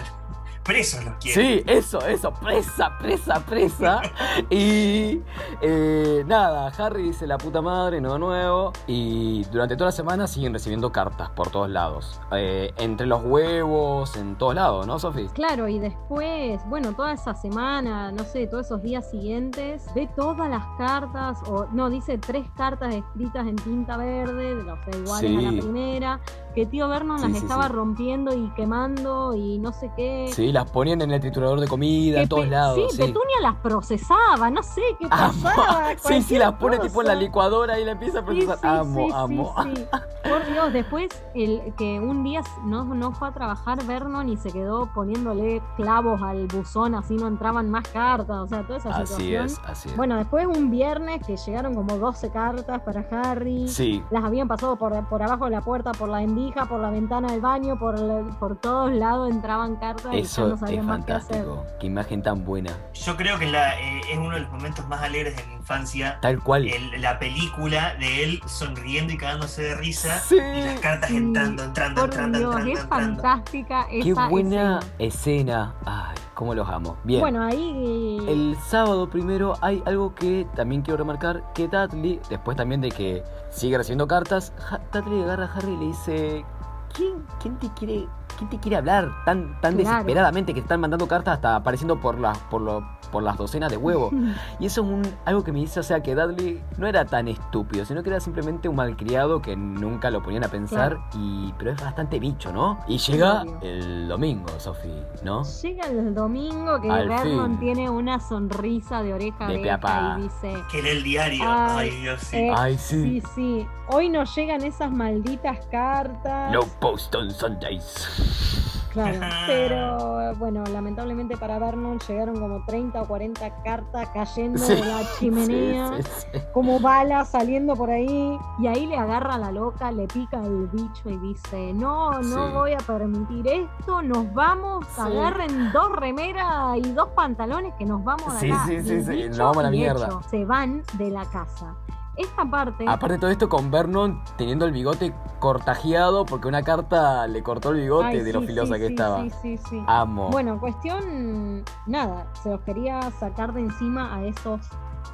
C: presos los quiere.
A: Sí, eso, eso, presa, presa, presa. y eh, nada, Harry dice la puta madre, no de nuevo. Y durante toda la semana siguen recibiendo cartas por todos lados. Eh, entre los huevos, en todos lados, ¿no, Sofi?
B: Claro, y después, bueno, toda esa semana, no sé, todos esos días siguientes, ve todas las cartas, o no, dice tres cartas escritas en tinta verde, de los iguales a
A: Sí.
B: la primera, que tío Vernon
A: Sí,
B: las
A: sí,
B: estaba
A: sí.
B: rompiendo y quemando y no sé qué.
A: Sí, las ponían en el triturador de comida,
B: Que
A: en todos
B: Pe-
A: lados.
B: Sí, Petunia las procesaba, no sé qué pasaba.
A: [laughs] Sí, sí,
B: cualquier
A: las pone tipo en la
B: cosa.
A: licuadora y la empieza a
B: Sí,
A: procesar.
B: sí,
A: amo,
B: sí, sí,
A: amo. [laughs]
B: sí. Por Dios, después el que un día no, no fue a trabajar Vernon y se quedó poniéndole clavos al buzón, así no entraban más cartas, o sea, toda esa
A: Así
B: situación.
A: es, así es.
B: Bueno, después un viernes que llegaron como 12 cartas para Harry.
A: sí,
B: Las habían pasado por, por abajo de la puerta, por la endija, por la ventana del baño, por, el- por todos lados entraban cartas y ya
A: eso
B: no
A: es
B: sabían más qué hacer.
A: fantástico. Qué imagen tan buena.
C: Yo creo que la, eh, es uno de los momentos más alegres de mi infancia.
A: Tal cual.
C: El- la película de él sonriendo y cagándose de risa.
A: Sí.
C: Y las cartas
B: Sí,
C: entrando, entrando,
B: Por
C: entrando,
B: Dios,
C: entrando,
B: es
C: entrando.
B: fantástica esa
A: Qué buena escena.
B: escena.
A: Ay, cómo los amo. Bien.
B: Bueno, ahí
A: El sábado primero hay algo que también quiero remarcar, que Dudley, después también de que sigue recibiendo cartas, Ha- Dudley agarra a Harry y le dice, ¿quién, quién te quiere... quién te quiere hablar tan, tan
B: Claro.
A: desesperadamente que están mandando cartas hasta apareciendo por las, por lo- por las docenas de
B: [laughs]
A: huevos? Y eso es un- algo que me dice, o sea, que Dudley no era tan estúpido, sino que era simplemente un malcriado que nunca lo ponían a pensar, y, pero es bastante bicho, ¿no? Y llega
B: Obvio.
A: el domingo, Sofi, ¿no?
B: Llega el domingo que
A: Al
B: Vernon
A: fin.
B: tiene una sonrisa de oreja
A: De
B: a oreja
A: papá.
B: y dice,
C: Que lee el diario.
B: Ay,
C: Ay, Dios, sí.
B: eh,
A: Ay,
B: sí, sí, hoy nos llegan esas malditas cartas.
A: No post on Sundays.
B: Claro, pero bueno, lamentablemente para Vernon llegaron como 30 o 40 cartas cayendo
A: Sí,
B: de la chimenea,
A: Sí, sí, sí.
B: como balas saliendo por ahí. Y ahí le agarra la loca, le pica el bicho y dice, no, no
A: Sí.
B: voy a permitir esto, nos vamos,
A: Sí.
B: agarren dos remeras y dos pantalones que nos vamos a
A: Sí, sí, sí, sí, nos vamos a la mierda.
B: Se van de la casa. Esta parte...
A: Aparte de todo esto con Vernon teniendo el bigote cortajeado porque una carta le cortó el bigote
B: Ay,
A: de lo
B: sí,
A: filosa
B: sí,
A: que
B: sí,
A: estaba.
B: sí, sí, sí.
A: Amo.
B: Bueno, cuestión, nada, se los quería sacar de encima a esos,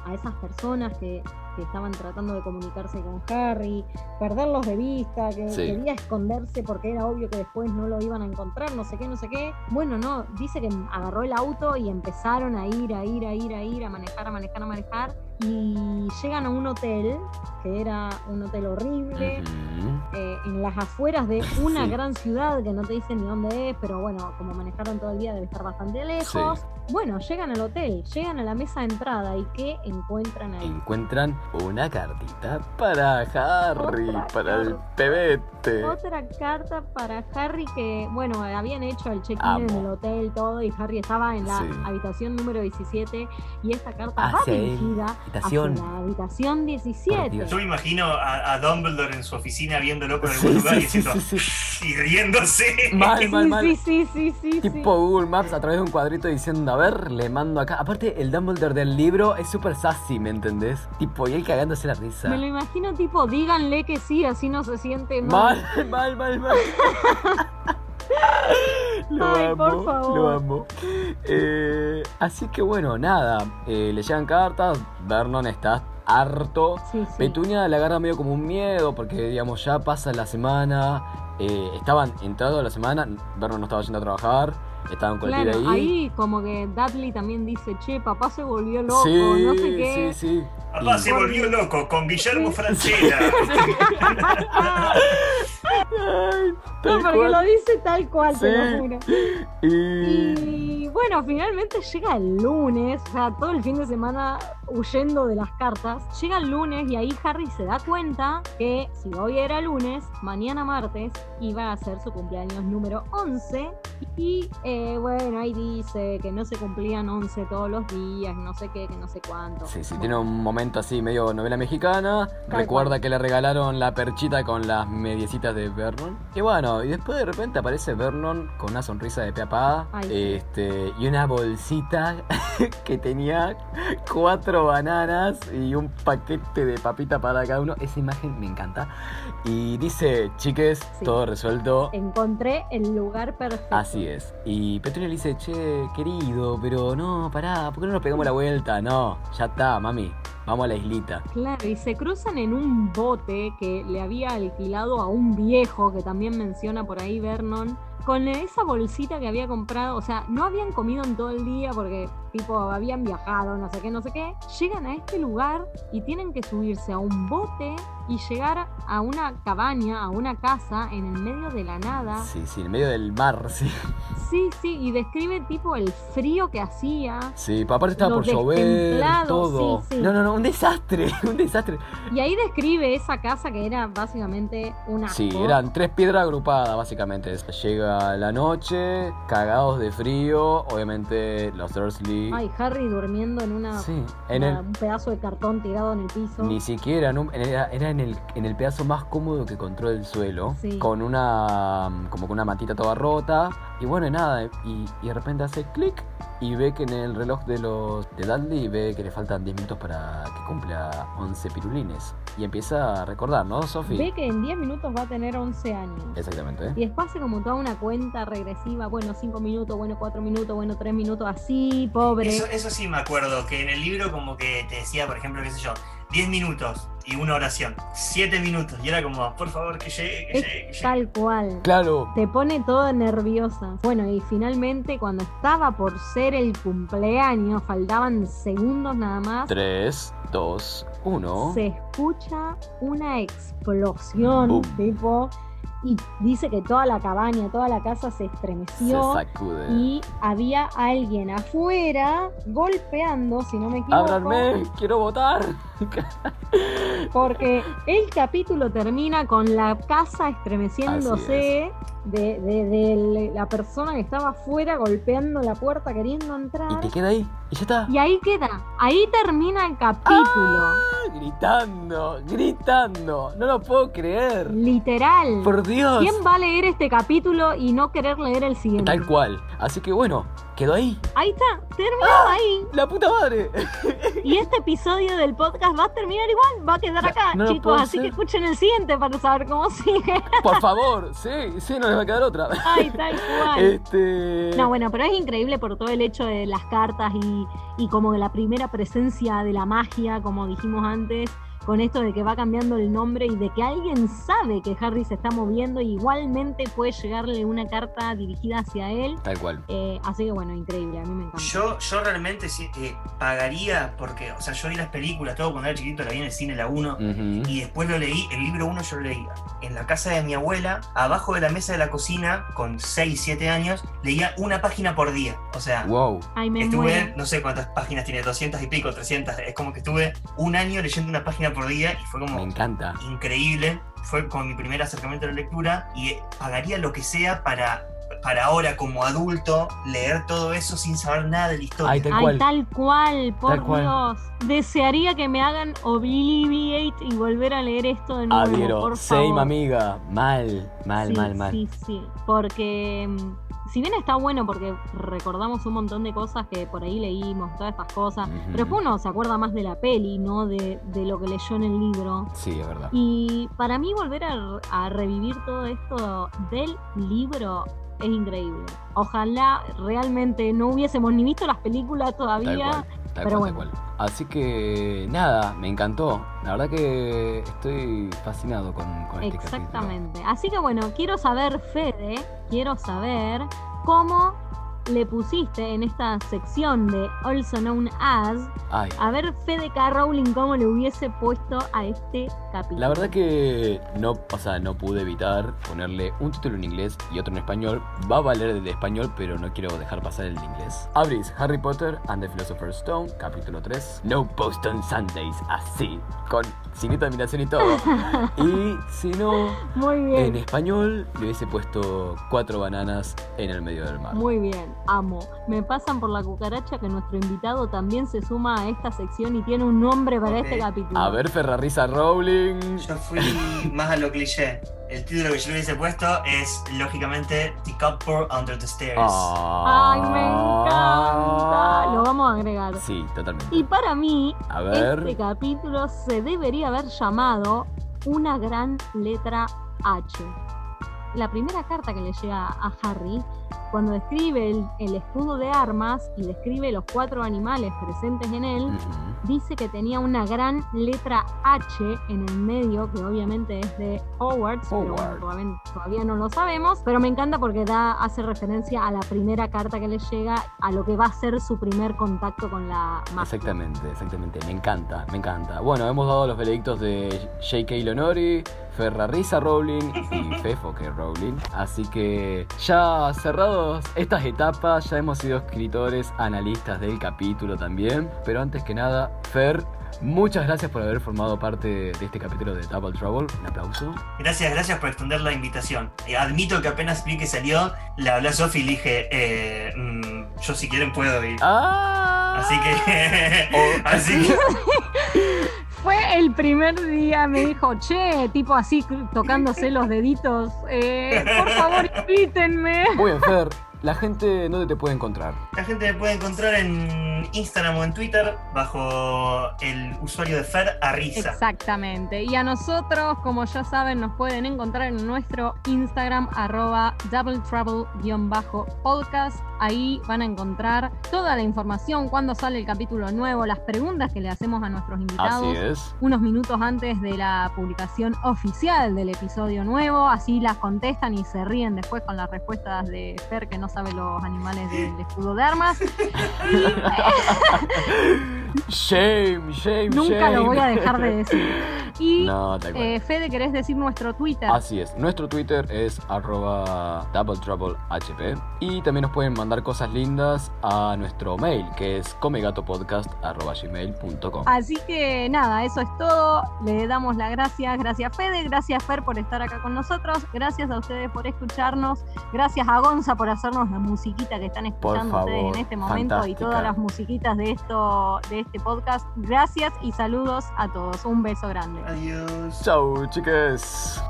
B: a esas personas que, que estaban tratando de comunicarse con Harry, perderlos de vista, que
A: Sí.
B: quería esconderse porque era obvio que después no lo iban a encontrar, no sé qué, no sé qué. Bueno, no, dice que agarró el auto y empezaron a ir, a ir, a ir, a ir, a manejar, a manejar, a manejar. Y llegan a un hotel, que era un hotel horrible
A: Ujú.
B: eh, en las afueras de una
A: Sí.
B: gran ciudad que no te dicen ni dónde es, pero bueno, como manejaron todo el día debe estar bastante lejos. Bueno, llegan al hotel, llegan a la mesa de entrada y ¿qué encuentran ahí?
A: Encuentran una cartita para Harry,
B: Otra
A: para el
B: carta.
A: pebete.
B: Otra carta para Harry que, bueno, habían hecho el check-in
A: Amo.
B: en el hotel, todo, y Harry estaba en la
A: Sí.
B: habitación número 17 y esta carta va
A: Hacia él.
B: dirigida hacia
A: Habitación.
B: la habitación 17.
A: Dios.
C: Yo me imagino a, a Dumbledore en su oficina viéndolo por algún
A: Sí,
C: lugar
A: sí,
C: y diciendo
A: sí, sí,
C: y riéndose.
A: Mal,
B: Sí,
A: mal, mal.
B: sí, sí, sí, sí, sí.
A: Tipo Google Maps a través de un cuadrito diciendo, a ver, le mando acá. Aparte, el Dumbledore del libro es súper sassy, ¿me entendés? Tipo, y él cagándose la risa.
B: Me lo imagino tipo, díganle que sí, así no se siente
A: Mal, mal, mal,
B: [laughs]
A: mal. lo
B: Ay,
A: amo,
B: por favor.
A: lo amo. Eh, así que bueno, nada. eh, le llegan cartas. Vernon está harto.
B: Sí, sí.
A: Petunia la agarra medio como un miedo porque, digamos, ya pasa la semana. eh, estaban entrando la semana. Vernon no estaba yendo a trabajar. Estaban con el
B: Claro,
A: pibe
B: ahí.
A: ahí.
B: como que Dudley también dice, che, papá se volvió loco,
A: sí,
B: no sé qué.
A: sí, sí.
B: [laughs]
C: [laughs] Papá se
B: Por
C: volvió
B: Dios.
C: loco con Guillermo Francella.
A: Ay,
B: No,
A: tal
B: porque
A: cual.
B: lo dice tal cual, te
A: Sí.
B: lo juro.
A: Y...
B: Y bueno, finalmente llega el lunes, o sea, todo el fin de semana huyendo de las cartas. Llega el lunes y ahí Harry se da cuenta que si hoy era lunes, mañana martes iba a ser su cumpleaños número 11. Y eh, bueno, ahí dice que no se cumplían 11 todos los días, no sé qué, que no sé cuánto.
A: Sí, sí,
B: Bueno.
A: tiene un momento así medio novela mexicana.
B: Tal
A: Recuerda
B: cual.
A: que le regalaron la perchita con las mediecitas de Vernon. Y bueno, Claro, y después de repente aparece Vernon con una sonrisa de peapada
B: Ay, sí.
A: este, y una bolsita [laughs] que tenía cuatro bananas y un paquete de papita para cada uno. Esa imagen me encanta. Y dice, chiques,
B: Sí.
A: todo resuelto.
B: Encontré el lugar perfecto.
A: Así es. Y Petróleo le dice, che, querido, pero no, pará, ¿por qué no nos pegamos la vuelta? No, ya está, mami, vamos a la islita.
B: Claro, y se cruzan en un bote que le había alquilado a un viejo, que también menciona por ahí Vernon, con esa bolsita que había comprado, o sea, no habían comido en todo el día porque tipo habían viajado, no sé qué, no sé qué, llegan a este lugar y tienen que subirse a un bote y llegar a una cabaña, a una casa en el medio de la nada.
A: Sí, sí, en medio del mar, [laughs] sí.
B: Sí, sí, y describe tipo el frío que hacía.
A: Sí, aparte estaba
B: Lo
A: por llover,
B: destemplado,
A: todo.
B: sí, sí.
A: No, no, no, un desastre, [laughs] un desastre.
B: Y ahí describe esa casa que era básicamente una...
A: Sí, eran tres piedras agrupadas, básicamente. Llega la noche, cagados de frío, obviamente los Dursley.
B: Ay, Harry durmiendo en una
A: sí, en
B: una-
A: el.
B: un pedazo de cartón tirado en el piso.
A: Ni siquiera, en un- era, era en, el, en el pedazo más cómodo que encontró el suelo,
B: Sí.
A: con una mm, como con una mantita toda rota, y bueno, nada, y, y de repente hace clic y ve que en el reloj de los de Dudley ve que le faltan 10 minutos para que cumpla 11 pirulines, y empieza a recordar, ¿no, Sofi?
B: Ve que en 10 minutos va a tener 11 años.
A: Exactamente.
B: Y después hace como toda una cuenta regresiva, bueno, 5 minutos, bueno, 4 minutos, bueno, 3 minutos, así, [laughs] pobre.
C: Eso, eso sí me acuerdo, que en el libro como que te decía, por ejemplo, qué sé yo, 10 minutos y una oración, 7 minutos, y era como, por favor, que llegue, que
B: Es
C: llegue, que llegue.
B: Tal cual.
A: Claro,
B: Te pone toda nerviosa. Bueno, y finalmente cuando estaba por ser el cumpleaños, faltaban segundos nada más,
A: 3, 2, 1.
B: se escucha una explosión,
A: Boom.
B: tipo, y dice que toda la cabaña, toda la casa se
A: Se
B: estremeció.
A: sacude.
B: y había alguien afuera golpeando, si no me equivoco,
A: Ábranme, quiero votar.
B: porque el capítulo termina con la casa estremeciéndose de, de- de la persona que estaba afuera golpeando la puerta queriendo
A: y
B: entrar.
A: te Ah. queda ahí. Y ya está.
B: Y ahí queda, ahí termina el capítulo,
A: Gritando, gritando. No lo puedo creer.
B: literal.
A: Por Dios.
B: ¿Quién va a leer este capítulo y no querer leer el siguiente?
A: Tal cual. Así que bueno, quedó ahí.
B: Ahí está, terminó
A: ¡Ah!
B: ahí.
A: La puta madre.
B: Y este episodio del podcast va a terminar igual, va a quedar acá,
A: no lo puedo
B: chicos. Así
A: hacer.
B: que escuchen el siguiente para saber cómo [laughs] sigue.
A: Por favor. Sí, sí, no les va a quedar otra.
B: Ay, tal cual.
A: Este.
B: No, bueno, pero es increíble por todo el hecho de las cartas y, y como la primera presencia de la magia, como dijimos antes, con esto de que va cambiando el nombre y de que alguien sabe que Harry se está moviendo y igualmente puede llegarle una carta dirigida hacia él.
A: Tal cual.
B: Eh, así que bueno, increíble, a mí me encanta.
C: Yo, yo realmente sí, eh, pagaría, porque, o sea, yo vi las películas, todo cuando era chiquito, la vi en el cine, la 1,
A: Ujú.
C: y después lo leí, el libro 1 yo lo leía. En la casa de mi abuela, abajo de la mesa de la cocina, con 6, 7 años, leía una página por día. O sea,
A: Wow.
B: Ay, me
C: Estuve,
B: muero.
C: no sé cuántas páginas tiene, 200 y pico, 300. Es como que estuve un año leyendo una página por día y fue
A: Me
C: como
A: encanta.
C: increíble. Fue como mi primer acercamiento a la lectura y eh, pagaría lo que sea para, para ahora, como adulto, leer todo eso sin saber nada de la historia.
A: Ay, tal
B: Ay,
A: cual.
B: tal cual, por
A: Tal cual.
B: Dios. Desearía que me hagan Obliviate y volver a leer esto de nuevo.
A: Adhiero.
B: por
A: Same
B: favor.
A: amiga. Mal, mal,
B: sí,
A: mal, mal.
B: Sí, sí, porque mm, si bien está bueno porque recordamos un montón de cosas que por ahí leímos, todas estas cosas,
A: Ujú.
B: pero después uno se acuerda más de la peli, ¿no? De, de lo que leyó en el libro.
A: Sí, es verdad.
B: Y para mí volver a, a revivir todo esto del libro es increíble. Ojalá realmente no hubiésemos ni visto las películas
A: Tal
B: todavía.
A: cual, tal
B: pero
A: cual, tal
B: bueno.
A: cual. Así que nada, me encantó. La verdad que estoy fascinado con, con este capítulo.
B: Exactamente. Así que bueno, quiero saber, Fede, quiero saber cómo le pusiste en esta sección de Also Known As,
A: Ay,
B: a ver Fede K. Rowling cómo le hubiese puesto a este capítulo.
A: la verdad que no, o sea, no pude evitar ponerle un título en inglés y otro en español. Va a valer el de español, pero no quiero dejar pasar el de inglés. Abrís Harry Potter and the Philosopher's Stone, capítulo 3. No post on Sundays, así, con signito de admiración y
D: [laughs]
A: todo. Y si no,
B: Muy
A: en
B: bien,
A: español le hubiese puesto cuatro bananas en el medio del mar.
B: muy bien, amo. Me pasan por la cucaracha que nuestro invitado también se suma a esta sección y tiene un nombre para
C: Ok.
B: este capítulo.
A: A ver, Ferrarisa Rowling.
C: Yo fui más a lo cliché. El título que yo le hubiese puesto es, lógicamente, The Couple Under the Stairs.
A: Ah.
D: Ay, me encanta. Lo vamos a agregar.
A: Sí, totalmente.
D: Y para mí,
A: A
D: este
A: ver.
D: capítulo se debería haber llamado Una gran letra H. La primera carta que le llega a Harry, cuando describe el, el escudo de armas y describe los cuatro animales presentes en él,
A: Ujú.
D: dice que tenía una gran letra H en el medio, que obviamente es de Hogwarts, pero bueno,
A: Hogwarts.
D: todavía, todavía no lo sabemos, pero me encanta porque da, hace referencia a la primera carta que le llega, a lo que va a ser su primer contacto con la magia.
A: Exactamente, exactamente. Me encanta, me encanta. Bueno, hemos dado los veredictos de J.K. Lonori, Ferrarisa Rowling
C: [laughs]
A: y Fefo que Rowling. Así que ya cerrados estas etapas, ya hemos sido escritores, analistas del capítulo también. Pero antes que nada, Fer, muchas gracias por haber formado parte de este capítulo de Double Trouble. Un aplauso.
C: Gracias, gracias por extender la invitación. Eh, Admito que apenas vi que salió, le hablé a Sofi y le dije, eh, mm, yo si quieren puedo ir.
A: ¡Ah!
C: Así que...
A: Oh.
C: [laughs] así que...
D: Fue el primer día, me dijo, che, tipo así tocándose los deditos, eh, por favor invítenme.
A: Muy bien, Fer. La gente, ¿dónde te puede encontrar?
C: La gente me puede encontrar en Instagram o en Twitter bajo el usuario de Fer Arrisa.
B: Exactamente. Y a nosotros, como ya saben, nos pueden encontrar en nuestro Instagram, arroba double trouble-podcast. Ahí van a encontrar toda la información, cuándo sale el capítulo nuevo, las preguntas que le hacemos a nuestros invitados.
A: Así es.
B: unos minutos antes de la publicación oficial del episodio nuevo, así las contestan y se ríen después con las respuestas de Fer que no sabe los animales del escudo de armas.
A: Shame, shame,
D: Nunca lo
A: shame.
D: voy a dejar de decir.
B: Y
A: [laughs] No, tal cual.
B: eh, Fede, ¿querés decir nuestro Twitter?
A: Así es, nuestro Twitter es arroba double trouble hp y también nos pueden mandar cosas lindas a nuestro mail que es comegatopodcast.gmail.com
B: Así que nada, eso es todo. Le damos las gracias. Gracias Fede, gracias Fer por estar acá con nosotros. Gracias a ustedes por escucharnos. Gracias a Gonza por hacernos la musiquita que están escuchando
A: favor,
B: ustedes en este momento y
A: fantástica.
B: todas las musiquitas de esto, de este podcast. Gracias y saludos a todos. Un beso grande.
C: Adiós.
A: Chau, chiques.